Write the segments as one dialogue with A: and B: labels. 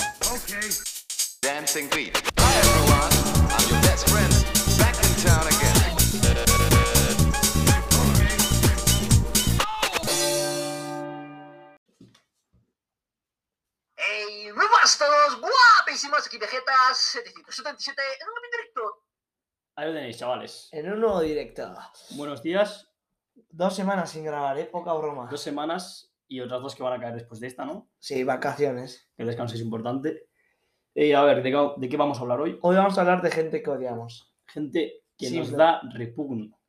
A: okay?
B: Dancing Beat. Hi everyone, I'm your best friend, back in town again.
C: ¡Ey! Muy buenas a todos, guapísimos, aquí Vegetas 777 en un directo.
D: Ahí lo tenéis, chavales.
E: En un nuevo directo.
D: Buenos días,
E: Dos semanas sin grabar, ¿eh? Poca broma.
D: dos semanas y otras dos que van a caer después de esta, ¿no?
E: Sí, vacaciones.
D: Que el descanso es importante. Eh, a ver, ¿de qué, de qué vamos a hablar hoy?
E: Hoy vamos a hablar de gente que odiamos.
D: Gente que
E: Sí,
D: nos
E: ¿no?
D: da repugno.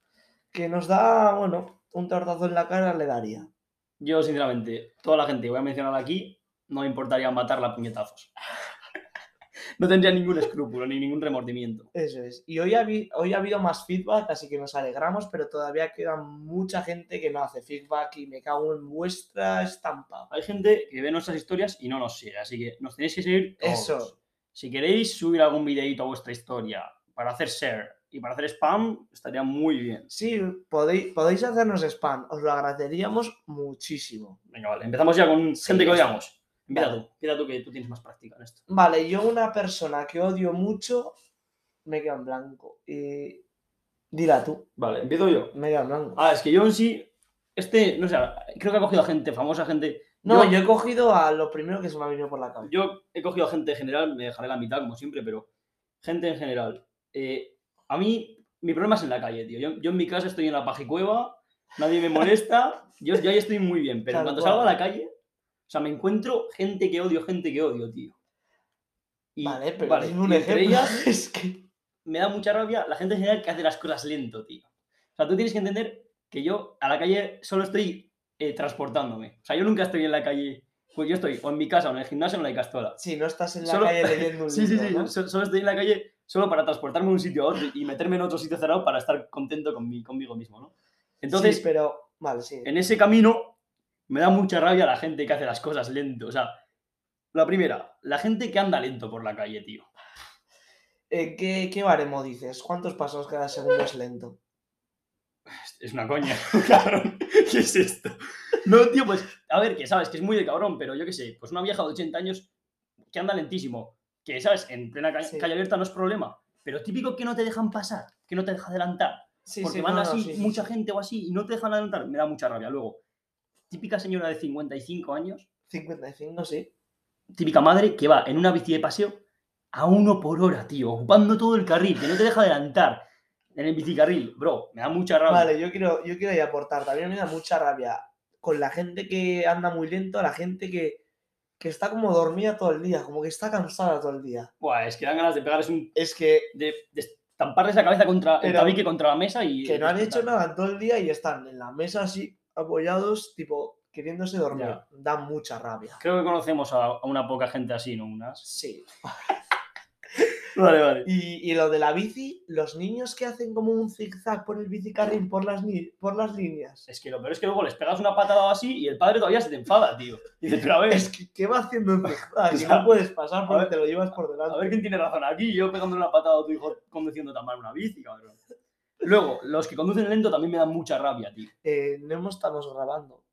E: Que nos da, bueno, un tortazo en la cara le daría.
D: Yo, sinceramente, toda la gente que voy a mencionar aquí, no me importaría matarla a puñetazos. no tendría ningún escrúpulo ni ningún remordimiento.
E: Eso es. Y hoy ha, habi- hoy ha habido más feedback, así que nos alegramos, pero todavía queda mucha gente que no hace feedback y me cago en vuestra estampa.
D: Hay gente que ve nuestras historias y no nos sigue, así que nos tenéis que seguir todos.
E: Eso.
D: Si queréis subir algún videito a vuestra historia para hacer share y para hacer spam, estaría muy bien.
E: Sí, podéis, podéis hacernos spam, os lo agradeceríamos muchísimo.
D: Venga, vale, empezamos ya con
E: Sí,
D: gente que
E: ya está.
D: odiamos. Empieza
E: Vale.
D: tú, empieza tú que tú tienes más práctica en esto.
E: Vale, yo una persona que odio mucho, me quedo en blanco. Y... Dila tú,
D: Vale, empiezo yo.
E: me quedo en blanco.
D: Ah, es que yo en sí, este, no sé, creo que ha cogido a gente famosa, gente.
E: No, yo,
D: yo,
E: he cogido a lo primero que se me ha venido por la cabeza.
D: yo he cogido a gente en general, me dejaré la mitad como siempre, pero gente en general. Eh, a mí, mi problema es en la calle, tío. Yo, yo en mi casa estoy en la pajicueva, nadie me molesta, yo, yo ahí estoy muy bien, pero
E: Tal
D: cuando
E: cual.
D: salgo a la calle, o sea, me encuentro gente que odio, gente que odio, tío. Y-
E: vale, pero
D: vale,
E: dime un
D: y entre
E: ejemplo.
D: ellas,
E: Es que.
D: me da mucha rabia la gente en general que hace las cosas lento, tío. O sea, tú tienes que entender que yo a la calle solo estoy eh, transportándome. O sea, yo nunca estoy en la calle. Pues yo estoy o en mi casa, o en el gimnasio, o en la Icastola.
E: Si no estás en la
D: Solo-
E: calle leyendo un
D: Sí, sí,
E: libro,
D: sí.
E: ¿no?
D: so- Solo estoy en la calle solo para transportarme de un sitio a otro y meterme en otro sitio cerrado para estar contento con mi- conmigo mismo, ¿no? Entonces,
E: Sí, pero. Vale, sí.
D: en ese camino me da mucha rabia la gente que hace las cosas lento. O sea, la primera, la gente que anda lento por la calle, tío.
E: Eh, ¿qué, ¿Qué baremo dices? ¿Cuántos pasos cada segundo es lento?
D: Es una coña, cabrón. ¿Qué es esto? No, tío, pues, a ver, que sabes, que es muy de cabrón, pero yo qué sé, pues una vieja de 80 años que anda lentísimo, que sabes, en plena ca-
E: Sí.
D: calle abierta no es problema, pero típico que no te dejan pasar, que no te deja adelantar,
E: Sí,
D: porque
E: sí,
D: van
E: no, no,
D: así,
E: sí, sí,
D: mucha
E: sí.
D: gente o así, y no te dejan adelantar, me da mucha rabia. Luego, típica señora de 55 años,
E: 55, sí.
D: típica madre, que va en una bici de paseo a uno por hora, tío, ocupando todo el carril, que no te deja adelantar en el bicicarril, bro, me da mucha rabia.
E: Vale, yo quiero, yo quiero ahí aportar. También me da mucha rabia con la gente que anda muy lento, la gente que, que está como dormida todo el día, como que está cansada todo el día.
D: Buah, es que dan ganas de pegarles un
E: Es que,
D: de, de estamparles la cabeza contra el
E: Pero-
D: tabique contra la mesa y
E: que no han hecho
D: explotar.
E: nada en todo el día y están en la mesa así, apoyados, tipo, queriéndose dormir.
D: Ya.
E: Da mucha rabia.
D: Creo que conocemos a, a una poca gente así, ¿no? Unas.
E: Sí.
D: Vale, vale.
E: Y, y lo de la bici, los niños que hacen como un zigzag por el bicicarril, por las, ni- por las líneas.
D: Es que lo peor es que luego les pegas una patada o así y el padre todavía se te enfada, tío. Y dices, pero a ver,
E: Es que, ¿qué va haciendo un zigzag?
D: O
E: Si
D: sea,
E: no puedes pasar porque
D: ver,
E: te lo llevas por delante.
D: a ver quién tiene razón aquí, yo pegándole una patada a tu hijo conduciendo tan mal una bici, cabrón. Luego, los que conducen lento también me dan mucha rabia, tío.
E: Eh, no hemos- estamos grabando.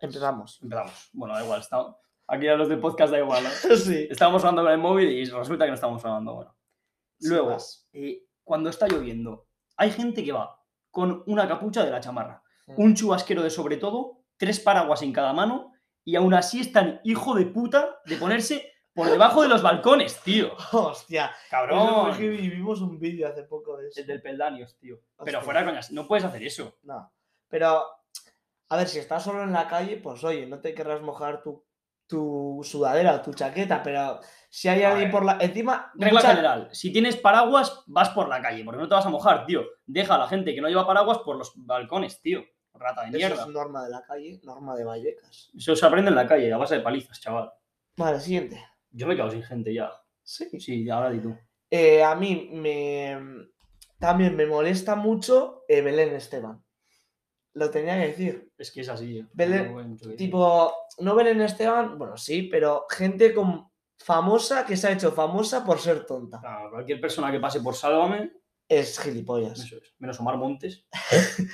E: Empezamos.
D: Empezamos. pues, Bueno, da igual, está... aquí a los del podcast da igual, ¿no?
E: sí.
D: Estábamos hablando con el móvil y resulta que no estamos hablando, bueno.
E: Sin
D: Luego,
E: más.
D: eh, cuando está lloviendo, hay gente que va con una capucha de la chamarra,
E: Mm.
D: un chubasquero de sobre todo, tres paraguas en cada mano y aún así están hijo de puta de ponerse por debajo de los balcones, tío.
E: Hostia. eso fue
D: Cabrón.
E: que vimos un vídeo hace poco de eso.
D: Es del peldaños, tío. Pero
E: Hostia.
D: fuera coñas, no puedes hacer eso.
E: No. Pero, a ver, si estás solo en la calle, pues oye, no te querrás mojar tu, tu sudadera o tu chaqueta, pero si hay
D: A
E: alguien
D: ver.
E: por la. Encima,
D: Regla
E: mucha-
D: general, si tienes paraguas, vas por la calle, porque no te vas a mojar, tío. Deja a la gente que no lleva paraguas por los balcones, tío. Rata de
E: Eso
D: mierda.
E: es norma de la calle, norma de Vallecas.
D: Eso se aprende en la calle, a base de palizas, chaval.
E: Vale, siguiente.
D: Yo me he quedado sin gente ya.
E: Sí.
D: Sí, ahora di tú.
E: Eh, a mí me. También me molesta mucho eh, Belén Esteban. Lo tenía que decir.
D: Es que es así. tío.
E: Vele-
D: No hay mucho que decir.
E: Tipo, no Belén Esteban, bueno, sí, pero gente con famosa que se ha hecho famosa por ser tonta.
D: Ah, cualquier persona que pase por Sálvame,
E: Es gilipollas.
D: eso es. Menos Omar Montes.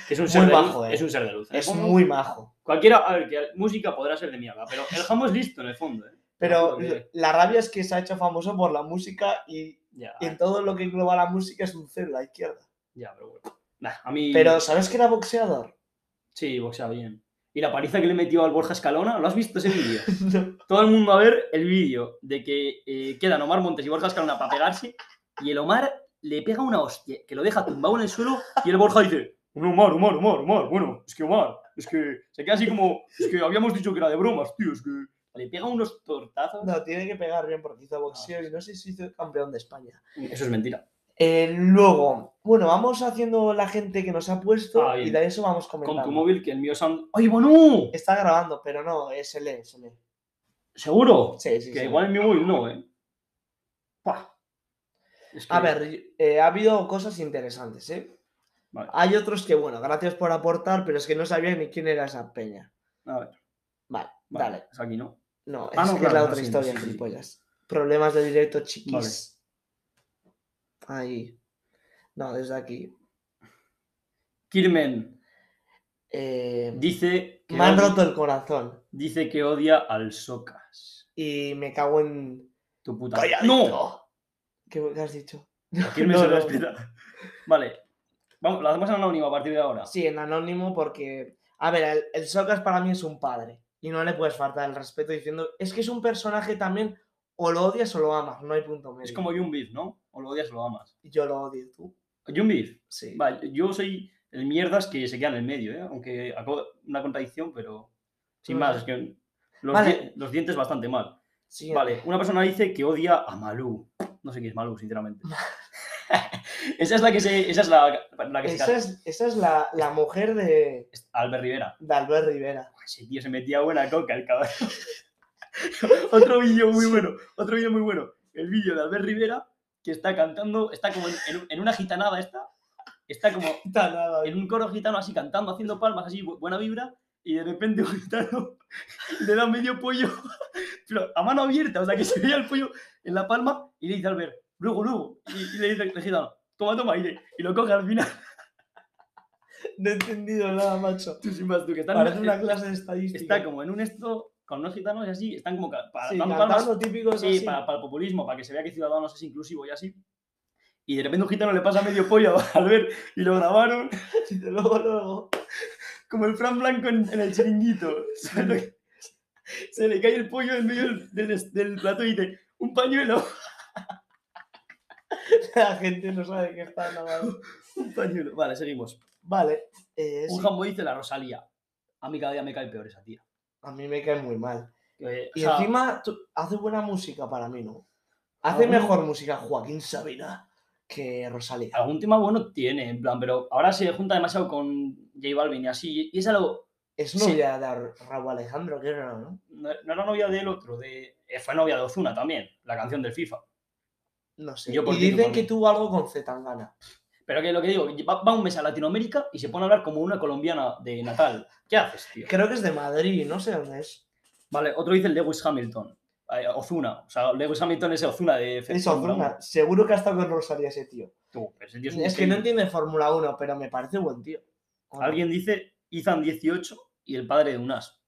D: que es un ser
E: Muy
D: de luz.
E: bajo, eh.
D: Es un ser de luz. En el
E: Es
D: fondo,
E: muy majo.
D: Cualquiera, a ver, que música podrá ser de mierda, pero el jamo es listo en el fondo, eh.
E: Pero
D: Lo que-
E: la rabia es que se ha hecho famoso por la música y
D: Ya,
E: en todo lo que engloba la música es un cero a la izquierda.
D: ya, pero bueno. Nah, a mí.
E: Pero ¿sabes que era boxeador?
D: Sí, boxea bien. ¿Y la paliza que le metió al Borja Escalona? ¿Lo has visto ese vídeo?
E: No.
D: Todo el mundo a ver el vídeo de que eh, quedan Omar Montes y Borja Escalona para pegarse y el Omar le pega una hostia que lo deja tumbado en el suelo y el Borja dice "No, Omar, Omar, Omar, Omar, bueno, es que Omar, es que se queda así como, es que habíamos dicho que era de bromas, tío, es que... Le pega unos tortazos.
E: No, tiene que pegar bien porque hizo boxeo y no sé si hizo campeón de España.
D: Eso es mentira.
E: Eh, luego, bueno, vamos haciendo la gente que nos ha puesto
D: Ah, bien.
E: y de eso vamos
D: Con
E: comentando.
D: tu móvil que el mío son... ¡Ay, bueno!
E: Está grabando, pero no, eh, se lee, se lee.
D: ¿Seguro?
E: Sí, sí,
D: Que
E: sí.
D: igual en mi móvil no, ¿eh? Buah. Es que-
E: A ver, eh, ha habido cosas interesantes, ¿eh?
D: Vale.
E: Hay otros que, bueno, gracias por aportar, pero es que no sabía ni quién era esa peña.
D: A ver,
E: Vale,
D: vale,
E: dale.
D: es aquí, ¿no?
E: No,
D: Ah, no,
E: es que es
D: claro,
E: la
D: lo
E: otra
D: siento,
E: historia,
D: sí, sí.
E: gilipollas. Problemas de directo, chiquis. Ahí. No, desde aquí.
D: Kirmen
E: Eh,
D: dice que,
E: me han
D: odi-
E: roto el corazón
D: dice que odia al Socas.
E: y me cago en...
D: Tu puta. ¡No!
E: ¡Calladito! ¿Qué qué has dicho?
D: Kirmen
E: No,
D: se lo
E: no.
D: respeta. Vale. Vamos, lo hacemos en anónimo a partir de ahora.
E: Sí, en anónimo porque... A ver, el, el Socas para mí es un padre y no le puedes faltar el respeto diciendo... Es que es un personaje también, o lo odias o lo amas, no hay punto medio.
D: Es como Jumbif, ¿no? O lo odias o lo amas.
E: Yo lo odio, tú.
D: Jumbif.
E: Sí.
D: Vale, yo soy el mierdas que se queda en el medio, ¿eh? Aunque acabo de- una contradicción, pero sin
E: Vale.
D: más. Es que los,
E: Vale.
D: di- los dientes bastante mal.
E: Siguiente.
D: Vale, una persona dice que odia a Malú. No sé quién es Malú, sinceramente. esa es la que se. Esa es la, la que se
E: Esa es, esa es la, la mujer de,
D: Albert Rivera.
E: de Albert Rivera.
D: Ese tío se metía buena coca, el cabrón. otro vídeo muy bueno, otro vídeo muy bueno. El vídeo de Albert Rivera, que está cantando, está como en, en- en una gitanada esta, está como
E: Está nada,
D: en un coro gitano así cantando, haciendo palmas así, bu- buena vibra, y de repente un gitano le da medio pollo, pero a mano abierta, o sea que se veía el pollo en la palma, y le dice a Albert, luego, luego, y, y le dice el gitano, toma, toma, y, le- y lo coge al final.
E: No he entendido nada, macho.
D: Tú sin más, tú que estás
E: Parece una clase de estadística.
D: está como en un esto con unos gitanos y así, están como ca- para,
E: Sí,
D: dando
E: cantando
D: palmas,
E: típico es
D: sí,
E: así.
D: para, para el populismo, para que se vea que Ciudadanos es inclusivo y así. Y de repente un gitano le pasa medio pollo al ver y lo grabaron
E: Y de luego, luego.
D: como el Fran Blanco en, en el chiringuito. Se le, se le cae el pollo en medio del, del es- del plato y dice, un pañuelo,
E: La gente no sabe qué está grabando.
D: un pañuelo. Vale, seguimos.
E: Vale. eh, sí,
D: Un jambo dice la Rosalía. A mí cada día me cae peor esa tía.
E: A mí me cae muy mal.
D: Eh, o
E: Y
D: sea,
E: encima tú- hace buena música para mí, ¿no? Hace
D: Algún-
E: mejor música Joaquín Sabina que Rosalía.
D: Algún tema bueno tiene, en plan, pero ahora se junta demasiado con J Balvin y así. Y es algo
E: Es
D: sí.
E: novia de Ar- Raúl Alejandro, que era, ¿no?
D: no, no era novia del otro, de, eh, fue novia de Ozuna también, la canción del FIFA.
E: No sé.
D: Yo por
E: y
D: ti, tú
E: dicen
D: por
E: que
D: mí.
E: tuvo algo con Zetangana.
D: Pero que lo que digo, va, va un mes a Latinoamérica y se pone a hablar como una colombiana de Natal. ¿Qué haces, tío?
E: Creo que es de Madrid, no sé dónde es.
D: Vale, otro dice el Lewis Hamilton. eh, Ozuna, o sea, Lewis Hamilton es Ozuna de F-
E: Es
D: Fórmula
E: Ozuna.
D: Uno.
E: Seguro que ha estado con Rosalía ese tío.
D: Tú, ese tío es
E: Es,
D: un
E: que no
D: genio.
E: entiende Fórmula 1, pero me parece buen tío. ¿O no?
D: Alguien dice Ethan 18 y el padre de Unas.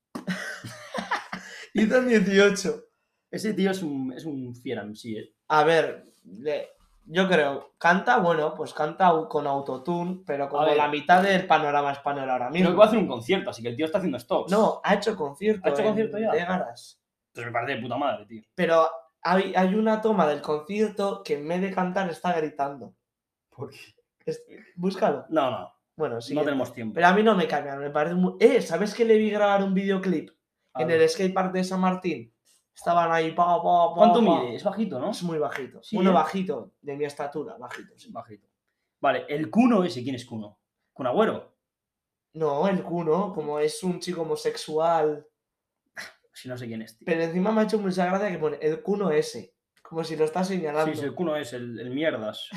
E: Ethan 18.
D: Ese tío es un, es un fiera en sí, ¿eh?
E: A ver, le- yo creo, canta, bueno, pues canta au- con autotune, pero como
D: ver.
E: la mitad del panorama español ahora
D: Creo
E: mismo.
D: que va a hacer un concierto, así que el tío está haciendo stops.
E: No, ha hecho concierto.
D: ¿Ha hecho
E: en
D: concierto ya?
E: Legaras.
D: Pues me parece de puta madre, tío.
E: Pero hay, hay una toma del concierto que en vez de cantar está gritando.
D: ¿Por qué?
E: Es- búscalo.
D: No, no,
E: Bueno, sí.
D: no tenemos tiempo.
E: Pero a mí no me cambian, me parece muy... Eh, ¿sabes que le vi grabar un videoclip?
D: A
E: en
D: ver.
E: el skatepark de San Martín. Estaban ahí, pa, pa, pa.
D: ¿Cuánto
E: pa.
D: mide? Es bajito, ¿no?
E: Es muy bajito.
D: Sí,
E: Uno
D: ¿eh?
E: bajito, de mi estatura, bajito. sí.
D: Bajito. Vale, el Cuno ese, ¿quién es Cuno? Cunagüero.
E: No, el cuno, como es un chico homosexual.
D: Si no sé quién es, tío.
E: Pero encima me ha hecho mucha gracia que pone el cuno ese. Como si lo está señalando.
D: Sí, sí, el Cuno es, el, el mierdas.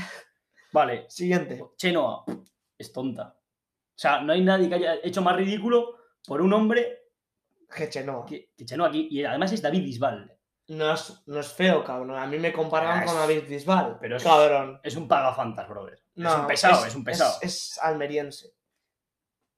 D: Vale,
E: Siguiente.
D: Chenoa. Es tonta. O sea, no hay nadie que haya hecho más ridículo por un hombre
E: Gechenoa.
D: que, que Chenoa aquí. Y además es David Bisbal.
E: No es, no es feo, cabrón. A mí me
D: Ah,
E: comparaban
D: es-
E: con David Bisbal.
D: pero es-
E: Cabrón.
D: Es un pagafantas, brother. es
E: No,
D: un pesado, es, un pesado.
E: Es, es almeriense.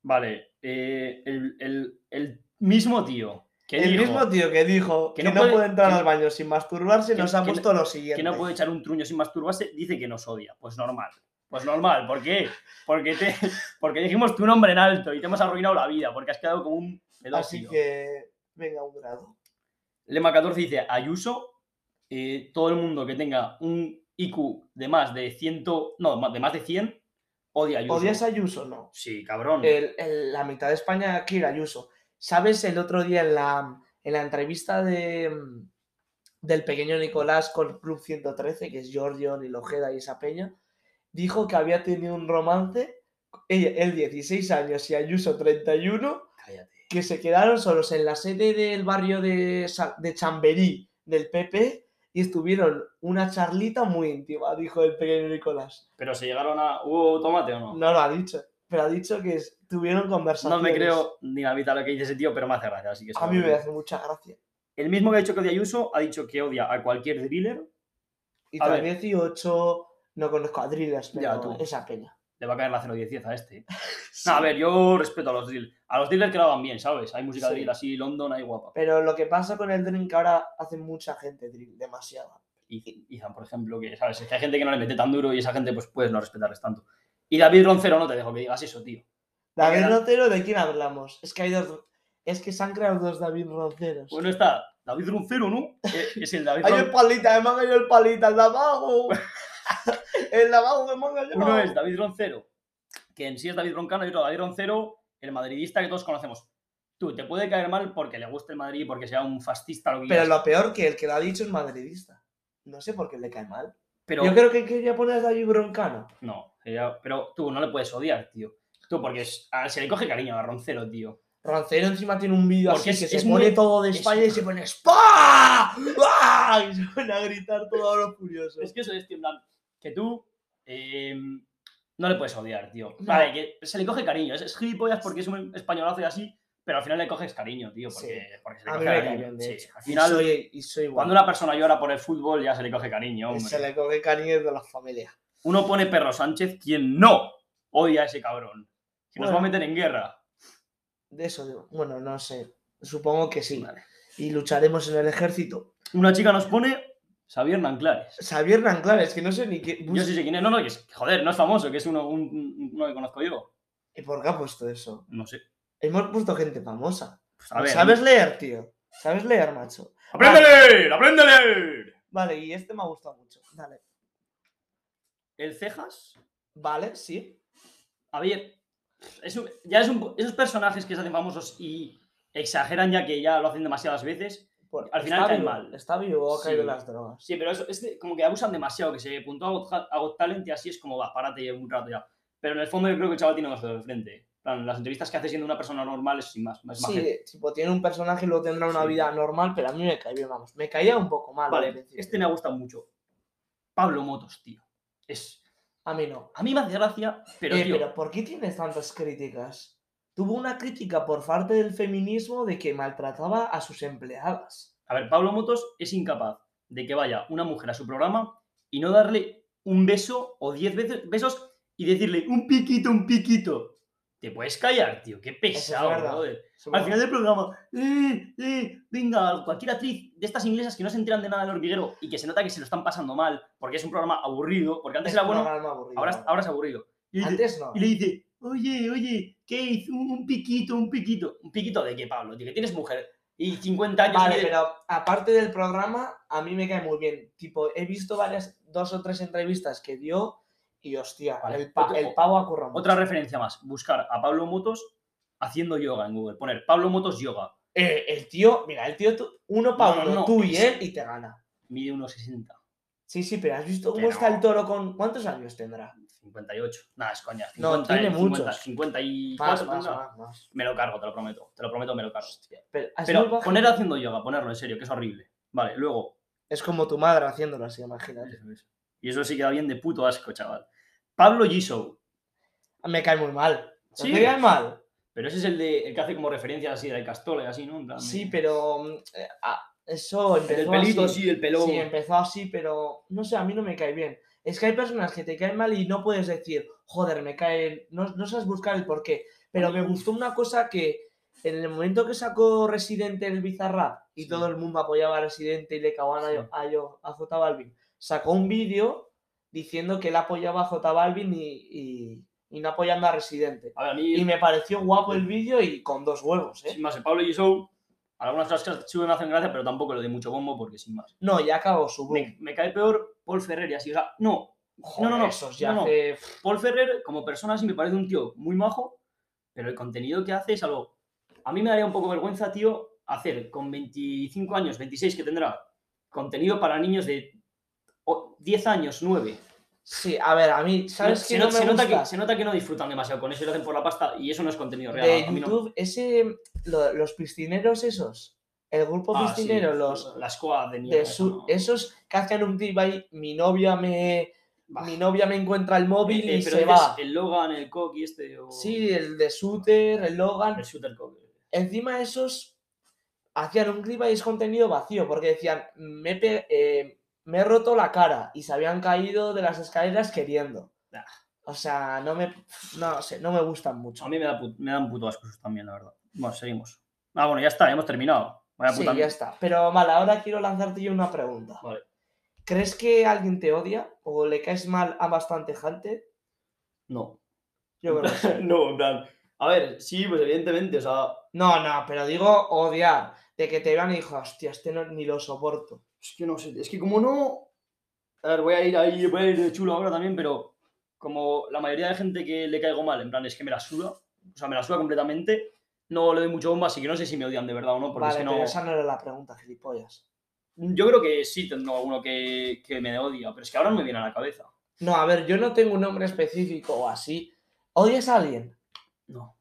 D: Vale, eh, el, el- el mismo tío ¿Qué
E: El
D: dijo?
E: mismo tío que dijo que,
D: Que no
E: no
D: puede-
E: puede, entrar
D: que no-
E: al baño sin masturbarse
D: que-
E: nos ha
D: que no-
E: puesto lo
D: que
E: siguiente.
D: no puede echar un truño sin masturbarse, dice que nos odia. Pues normal. Pues normal. ¿Por qué? Porque, te, porque dijimos tu nombre en alto y te hemos arruinado la vida porque has quedado como un
E: Así
D: pedófilo.
E: que, venga, un grado.
D: Lema 14 dice Ayuso, eh, todo el mundo que tenga un IQ de más de 100, no, ma- de más de 100, odia a Ayuso.
E: ¿Odias a Ayuso o no?
D: Sí, cabrón.
E: El- el- la mitad de España quiere a Ayuso. ¿Sabes el otro día en la, en la entrevista de, mm, del pequeño Nicolás con Club 113, que es Giorgio, y Ojeda y esa peña? Dijo que había tenido un romance, ella- él 16 años y Ayuso 31,
D: Cállate.
E: que se quedaron solos en la sede del barrio de, Sa- de Chamberí del PP y estuvieron una charlita muy íntima, dijo el pequeño Nicolás.
D: Pero se llegaron a. ¿Hubo tomate o no?
E: No lo ha dicho, pero ha dicho que es- tuvieron
D: No
E: conversaciones.
D: me creo ni la mitad de lo que dice ese tío, pero me hace gracia. Así que se
E: A
D: lo
E: mí me
D: creo.
E: hace mucha gracia.
D: El mismo que ha dicho que odia a Ayuso ha dicho que odia a cualquier driller.
E: Y
D: A
E: tras
D: ver.
E: 18 no conozco a Drillers, pero
D: Ya, tú.
E: esa peña.
D: Le va a caer la 010 a este. No, a ver, yo respeto a los drillers. A los drillers que lo hagan bien, ¿sabes? Hay música
E: Sí.
D: drill así, London, hay guapa.
E: Pero lo que pasa con el Drill que ahora hace mucha gente Drill, demasiada.
D: Y Izan, por ejemplo, que, ¿sabes? Es que hay gente que no le mete tan duro y esa gente, pues, puedes no respetarles tanto. Y David Roncero no te dejo que digas eso, tío.
E: David
D: Ahora-
E: Rotero, ¿de quién hablamos? Es que hay dos... Es que se han creado dos David Ronceros.
D: Bueno, Pues está David Roncero, ¿no? Eh, Es el David
E: ¡Ay,
D: Ron-
E: el palita! ¡Me han caído el palita! ¡El lavago! ¡El lavago que me han caído!
D: Uno es David Roncero, que en sí es David Roncano, y otro David Roncero, el madridista que todos conocemos. Tú, te puede caer mal porque le guste el Madrid, porque sea un fascista, lo que
E: Pero
D: quieras,
E: lo peor que el que lo ha dicho es madridista. No sé por qué le cae mal.
D: pero
E: Yo creo que quería poner a David Broncano.
D: no, sería- pero tú no le puedes odiar, tío. Tú, porque es- a- se le coge cariño a Roncero, tío.
E: Roncero encima tiene un vídeo así
D: Porque es-
E: que se
D: es
E: pone
D: muy-
E: todo de
D: es-
E: espalda y se pone ¡Spa! ¡Ah! Y se pone a gritar todo a lo furioso.
D: Es que eso es, tío, en plan, que tú eh, no le puedes odiar, tío.
E: No.
D: Vale, que se le coge cariño. Es, es gilipollas porque es un españolazo y así, pero al final le coges cariño, tío, porque, porque se le
E: A mí
D: coge
E: me cae
D: cariño.
E: bien, de
D: Sí,
E: hecho.
D: al final,
E: y soy, y soy
D: cuando
E: bueno.
D: una persona llora por el fútbol, ya se le coge cariño, hombre.
E: Se le coge cariño de la familia.
D: Uno pone Perro Sánchez, quien no odia a ese cabrón. Que nos va a
E: Bueno.
D: meter en guerra.
E: De eso digo. Bueno, no sé. Supongo que sí.
D: Vale.
E: Y lucharemos en el ejército.
D: Una chica nos pone Xavier Nanclares.
E: Xavier Nanclar, es que no sé ni qué.
D: Yo sí sé quién es. No, no, que es, joder, no es famoso, que es uno, un- un- uno que conozco yo.
E: ¿Y por qué ha puesto eso?
D: No sé.
E: Hemos puesto gente famosa.
D: Pues, a ver.
E: ¿Sabes leer, tío? ¿Sabes leer, macho?
D: ¡Aprende a leer! ¡Aprende a leer!
E: Vale, y este me ha gustado mucho. Dale.
D: El Cejas,
E: Vale, sí.
D: a ver, es un- ya es un po- esos personajes que se hacen famosos y exageran ya que ya lo hacen demasiadas veces.
E: Por-
D: Al final
E: está
D: cae
E: vivo,
D: mal.
E: Está vivo, ha caído
D: Sí.
E: en las drogas.
D: Sí, pero eso- es de- como que abusan demasiado, que se puntúa a Got- a Got Talent y así es como va, párate un rato ya. Pero en el fondo yo creo que el chaval tiene dos dedos de frente. En plan, las entrevistas que hace siendo una persona normal es sin más. más majete.
E: Sí, tipo, tiene un personaje y luego tendrá una
D: Sí.
E: vida normal, pero a mí me cae bien, vamos. Me caía un poco mal. al
D: Vale,
E: principio.
D: este me ha gustado mucho. Pablo Motos, tío. Es,
E: A mí no.
D: a mí me hace gracia, pero
E: Eh,
D: tío,
E: pero ¿por qué tienes tantas críticas? Tuvo una crítica por parte del feminismo de que maltrataba a sus empleadas.
D: A ver, Pablo Motos es incapaz de que vaya una mujer a su programa y no darle un beso o diez veces besos y decirle un piquito, un piquito. Te puedes callar, tío. Qué
E: es
D: pesado,
E: verdad.
D: brother. Al final del programa, eh, eh, venga, cualquier actriz de estas inglesas que no se enteran de nada del hormiguero y que se nota que se lo están pasando mal porque es un programa aburrido, porque antes
E: Es
D: era
E: un
D: bueno,
E: programa aburrido.
D: ahora, ahora es aburrido. Y dice-
E: Antes no.
D: y le dice, oye, oye, Keith, un, un piquito, un piquito. ¿Un piquito de qué, Pablo? Tío, que tienes mujer y 50 años.
E: Vale,
D: y-
E: pero aparte del programa, a mí me cae muy bien. Tipo, he visto varias, dos o tres entrevistas que dio y hostia,
D: Vale,
E: el, pa-
D: otro-
E: el pavo ha currado mucho.
D: Otra referencia más, buscar a Pablo Motos haciendo yoga en Google. Poner Pablo Motos yoga,
E: Eh, el tío, mira, el tío, tú- uno
D: No,
E: para
D: no,
E: uno,
D: no,
E: tú y
D: es-
E: él, y te gana.
D: mide 1,60.
E: Sí, sí, pero ¿has visto cómo
D: Que
E: está
D: no.
E: el toro con. ¿Cuántos años tendrá?
D: 58. Nada, es coña. 50,
E: No, tiene
D: 50,
E: muchos.
D: 54.
E: Más, más,
D: ¿no?
E: más, más.
D: Me lo cargo, te lo prometo. Te lo prometo, me lo cargo.
E: Pero, así muy
D: Pero
E: bajo.
D: poner haciendo yoga, ponerlo en serio, que es horrible. Vale, luego.
E: Es como tu madre haciéndolo así, imagínate.
D: eso es. Y eso sí queda bien de puto asco, chaval. Pablo Gisow.
E: Me cae muy mal. ¿No
D: Sí.
E: ¿Te cae mal?
D: Pero ese es el, de, el que hace como referencias así del castola y así, ¿no? En plan de-
E: Sí, pero. mm, eh, ah, eso
D: El
E: empezó
D: del pelito,
E: así.
D: sí, el pelo.
E: Sí, empezó así, pero no sé, a mí no me cae bien. Es que hay personas que te caen mal y no puedes decir, joder, me caen. No, no sabes buscar el porqué. Pero me gustó una cosa que, en el momento que sacó Residente el Bizarrap y todo el mundo apoyaba a Residente y le cagaban a-
D: Sí.
E: a, yo- a J Balvin, sacó un vídeo diciendo que él apoyaba a J Balvin y, y- y no apoyando a Residente.
D: A ver, a mí,
E: Y me pareció guapo el vídeo y con dos huevos, ¿eh?
D: sin más, el Pablo y Show, algunas cosas que suben me hacen gracia, pero tampoco le doy mucho bombo porque sin más.
E: No, ya acabó su boom.
D: Me, me cae peor Paul Ferrer y así, o sea, no,
E: Joder,
D: no, no,
E: esos ya
D: no, no.
E: hace-
D: Paul Ferrer como persona sí me parece un tío muy majo, pero el contenido que hace es algo... A mí me daría un poco vergüenza, tío, hacer con 25 años, 26 que tendrá, contenido para niños de o- 10 años, 9.
E: Sí, a ver, a mí, ¿sabes
D: se,
E: qué?
D: no-
E: no me
D: se nota
E: gusta?
D: que, se nota que no disfrutan demasiado con eso y lo hacen por la pasta y eso no es contenido real.
E: de
D: a mí no-
E: YouTube, ese, lo- los piscineros esos, el grupo
D: Ah, sí,
E: piscinero, los
D: La squad de mierda.
E: de
D: esa,
E: su-
D: no.
E: esos que hacen un tip ahí, mi novia me,
D: Bah.
E: mi novia me encuentra el móvil
D: Eh, eh,
E: y
D: pero
E: se
D: dices
E: va.
D: El Logan, el Coqui, este. O...
E: Sí, el de Suter, el Logan.
D: El Shooter Coqui.
E: Encima esos hacían un clip ahí es contenido vacío, porque decían, me, he pe- eh, me he roto la cara y se habían caído de las escaleras queriendo.
D: Bah.
E: O sea, no me, no sé, no me gustan mucho.
D: A mí me, da put- me dan puto asco esos también, la verdad. Bueno, seguimos. Ah, bueno, ya está, ya hemos terminado. Vaya
E: Sí,
D: puta
E: ya
D: mierda.
E: está. Pero vale, ahora quiero lanzarte yo una pregunta.
D: Vale.
E: ¿Crees que alguien te odia o le caes mal a bastante gente?
D: No.
E: Yo creo. que sí.
D: no, en plan. A ver, sí, pues evidentemente, o sea.
E: No, no, pero digo odiar. De que te vean y dijo, hostia, este no- ni lo soporto.
D: Es que no sé, es que como no. A ver, voy a ir ahí, voy a ir de chulo ahora también, pero como la mayoría de gente que le caigo mal, en plan, es que me la suda, o sea, me la suda completamente, no le doy mucho bomba, así que no sé si me odian de verdad o no, porque
E: vale,
D: es que no.
E: pero esa no era la pregunta, gilipollas.
D: Yo creo que sí tengo alguno que, que me odia, pero es que ahora no me viene a la cabeza.
E: No, a ver, yo no tengo un nombre específico o así. ¿Odias a alguien?
D: No,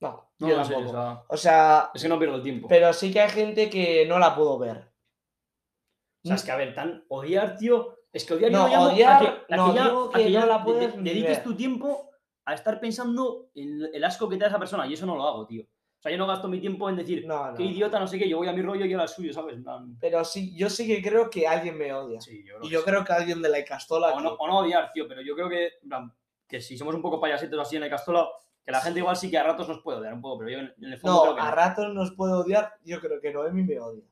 E: No,
D: no,
E: yo
D: no sé, o
E: tampoco.
D: sea,
E: o sea,
D: es que no pierdo el tiempo.
E: pero sí que hay gente que no la pudo ver.
D: O sea, es que a ver, tan odiar, tío. Es que odiar
E: No,
D: yo lo llamo
E: odiar,
D: a que, a
E: no,
D: que ya,
E: digo
D: a
E: que
D: que ya
E: no la
D: de-
E: puedes
D: de-
E: ni
D: dediques
E: ver.
D: tu tiempo a estar pensando en el asco que te da esa persona. Y eso no lo hago, tío. O sea, yo no gasto mi tiempo en decir,
E: No, no.
D: qué idiota, no sé qué, yo voy a mi rollo y él al suyo, ¿sabes? En plan,
E: Pero sí, yo sí que creo que alguien me odia.
D: sí, yo
E: Y
D: creo
E: yo
D: que
E: creo que alguien de la
D: sí.
E: Icastola.
D: o, no,
E: que-
D: o no odiar, tío, pero yo creo que, en plan, que si somos un poco payasitos así en el castola, que la gente igual sí que a ratos nos puede odiar un poco, pero yo en, en el fondo creo
E: No,
D: que
E: a
D: no.
E: ratos nos puede odiar. Yo creo que Noemi me odia.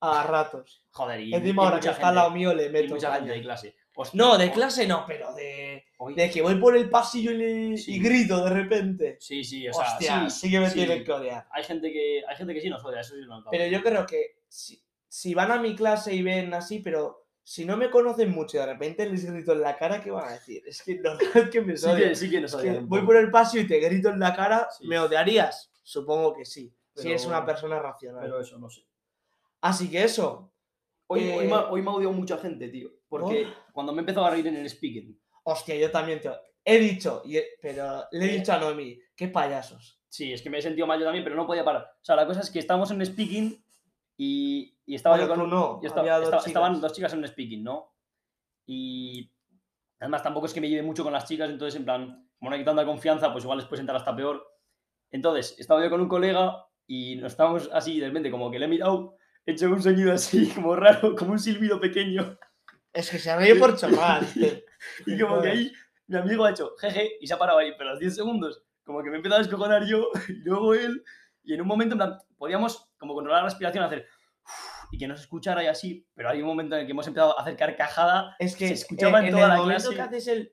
E: A ratos.
D: Joder, y, y
E: Encima ahora
D: mucha
E: que está
D: gente,
E: al lado mío le
D: y
E: meto
D: mucha gente de
E: caña.
D: clase. Hostia,
E: No, de
D: hoy-
E: clase no, pero de,
D: hoy-
E: de que voy por el pasillo y, le-
D: Sí.
E: y grito de repente.
D: Sí, sí, o sea,
E: Hostia, sí, que me tienen que odiar.
D: Hay gente que, hay gente que sí nos odia, eso sí lo noto.
E: Pero yo creo que si, si van a mi clase y ven así, pero si no me conocen mucho y de repente les grito en la cara, ¿qué van a decir? Es que no es que me
D: Sí
E: odien.
D: que, sí que nos
E: Es
D: odian
E: que
D: un
E: voy
D: poco.
E: por el pasillo y te grito en la cara,
D: Sí.
E: ¿me odiarías? Supongo que sí. si
D: Pero-
E: eres una persona racional.
D: Pero eso, no sé.
E: Así que eso.
D: Hoy,
E: Eh,
D: hoy, me, hoy me ha odiado mucha gente, tío. Porque cuando me he empezado a reír en el speaking.
E: Hostia, yo también te. He dicho, y he- pero le he dicho a Noemi, qué payasos.
D: Sí, es que me he sentido mal yo también, pero no podía parar. O sea, la cosa es que estábamos en speaking y, y estaba
E: Bueno,
D: yo con.
E: tú no,
D: yo estaba-
E: había dos
D: estaba- Estaban
E: chicas.
D: dos chicas en un speaking, ¿no? Y. Además, tampoco es que me lleve mucho con las chicas, entonces, en plan, como no hay tanta confianza, pues igual les puedes entrar hasta peor. Entonces, estaba yo con un colega y nos estábamos así, de repente, como que le he mirado, he hecho un sonido así, como raro, como un silbido pequeño.
E: Es que se ríe por chorrar.
D: Y como que ahí mi amigo ha hecho jeje y se ha parado ahí, pero a los 10 segundos, como que me he empezado a descojonar yo y luego él. Y en un momento, en plan, podíamos como controlar la respiración, hacer y que no se escuchara y así, pero hay un momento en el que hemos empezado a hacer carcajada.
E: Es que
D: se escuchaba en
E: en
D: toda
E: el
D: la
E: momento
D: clase.
E: que haces el.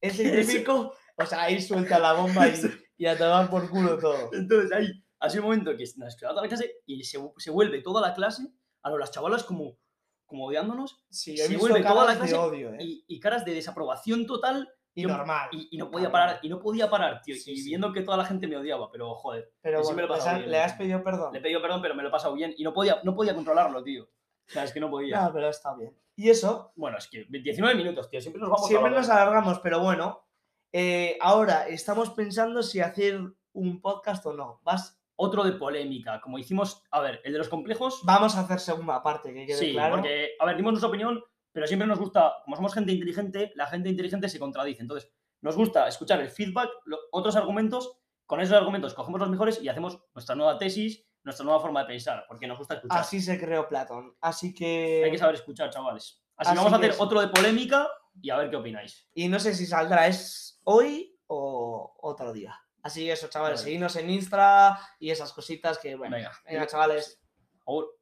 E: Es el
D: Eso.
E: típico. O sea, ahí suelta la bomba y,
D: Eso.
E: y a tomar por culo todo.
D: Entonces ahí ha sido un momento que nos quedaba toda la clase y se, vu- se vuelve toda la clase, a lo- las chavalas como, como odiándonos
E: Sí, he
D: Se
E: visto
D: vuelve toda la
E: caras de
D: clase
E: odio, ¿eh?
D: y, y caras de desaprobación total
E: Y,
D: yo-
E: normal.
D: y, y no podía
E: Normal.
D: parar, y no podía parar, tío,
E: Sí,
D: y
E: sí.
D: viendo que toda la gente me odiaba, pero joder,
E: Pero
D: y sí me
E: bueno,
D: lo he pasado
E: o sea,
D: bien,
E: le
D: ¿eh?
E: has pedido perdón.
D: le he pedido perdón, pero me lo he pasado bien y no podía, no podía controlarlo, tío. O sea, es que no podía.
E: No, pero está bien. Y eso,
D: Bueno, es que 19 minutos, tío. Siempre nos vamos
E: Siempre
D: a la
E: nos
D: hora.
E: alargamos, pero bueno. Eh, ahora estamos pensando si hacer un podcast o no. Vas-
D: Otro de polémica. Como hicimos, a ver, el de los complejos.
E: vamos a hacer segunda parte, que quede
D: sí,
E: claro.
D: porque, a ver, dimos nuestra opinión, pero siempre nos gusta, como somos gente inteligente, la gente inteligente se contradice. Entonces, nos gusta escuchar el feedback, lo- otros argumentos. Con esos argumentos cogemos los mejores y hacemos nuestra nueva tesis, nuestra nueva forma de pensar, porque nos gusta escuchar.
E: Así se creó Platón. Así
D: Hay que
E: que.
D: saber escuchar, chavales. Así,
E: Así
D: que vamos a
E: que
D: hacer
E: sí.
D: otro de polémica y a ver qué opináis.
E: Y no sé si saldrá, ¿es hoy o otro día? Así que eso, chavales,
D: Vale.
E: seguidnos en Insta y esas cositas que, bueno.
D: Venga,
E: Venga, chavales.
D: Agur.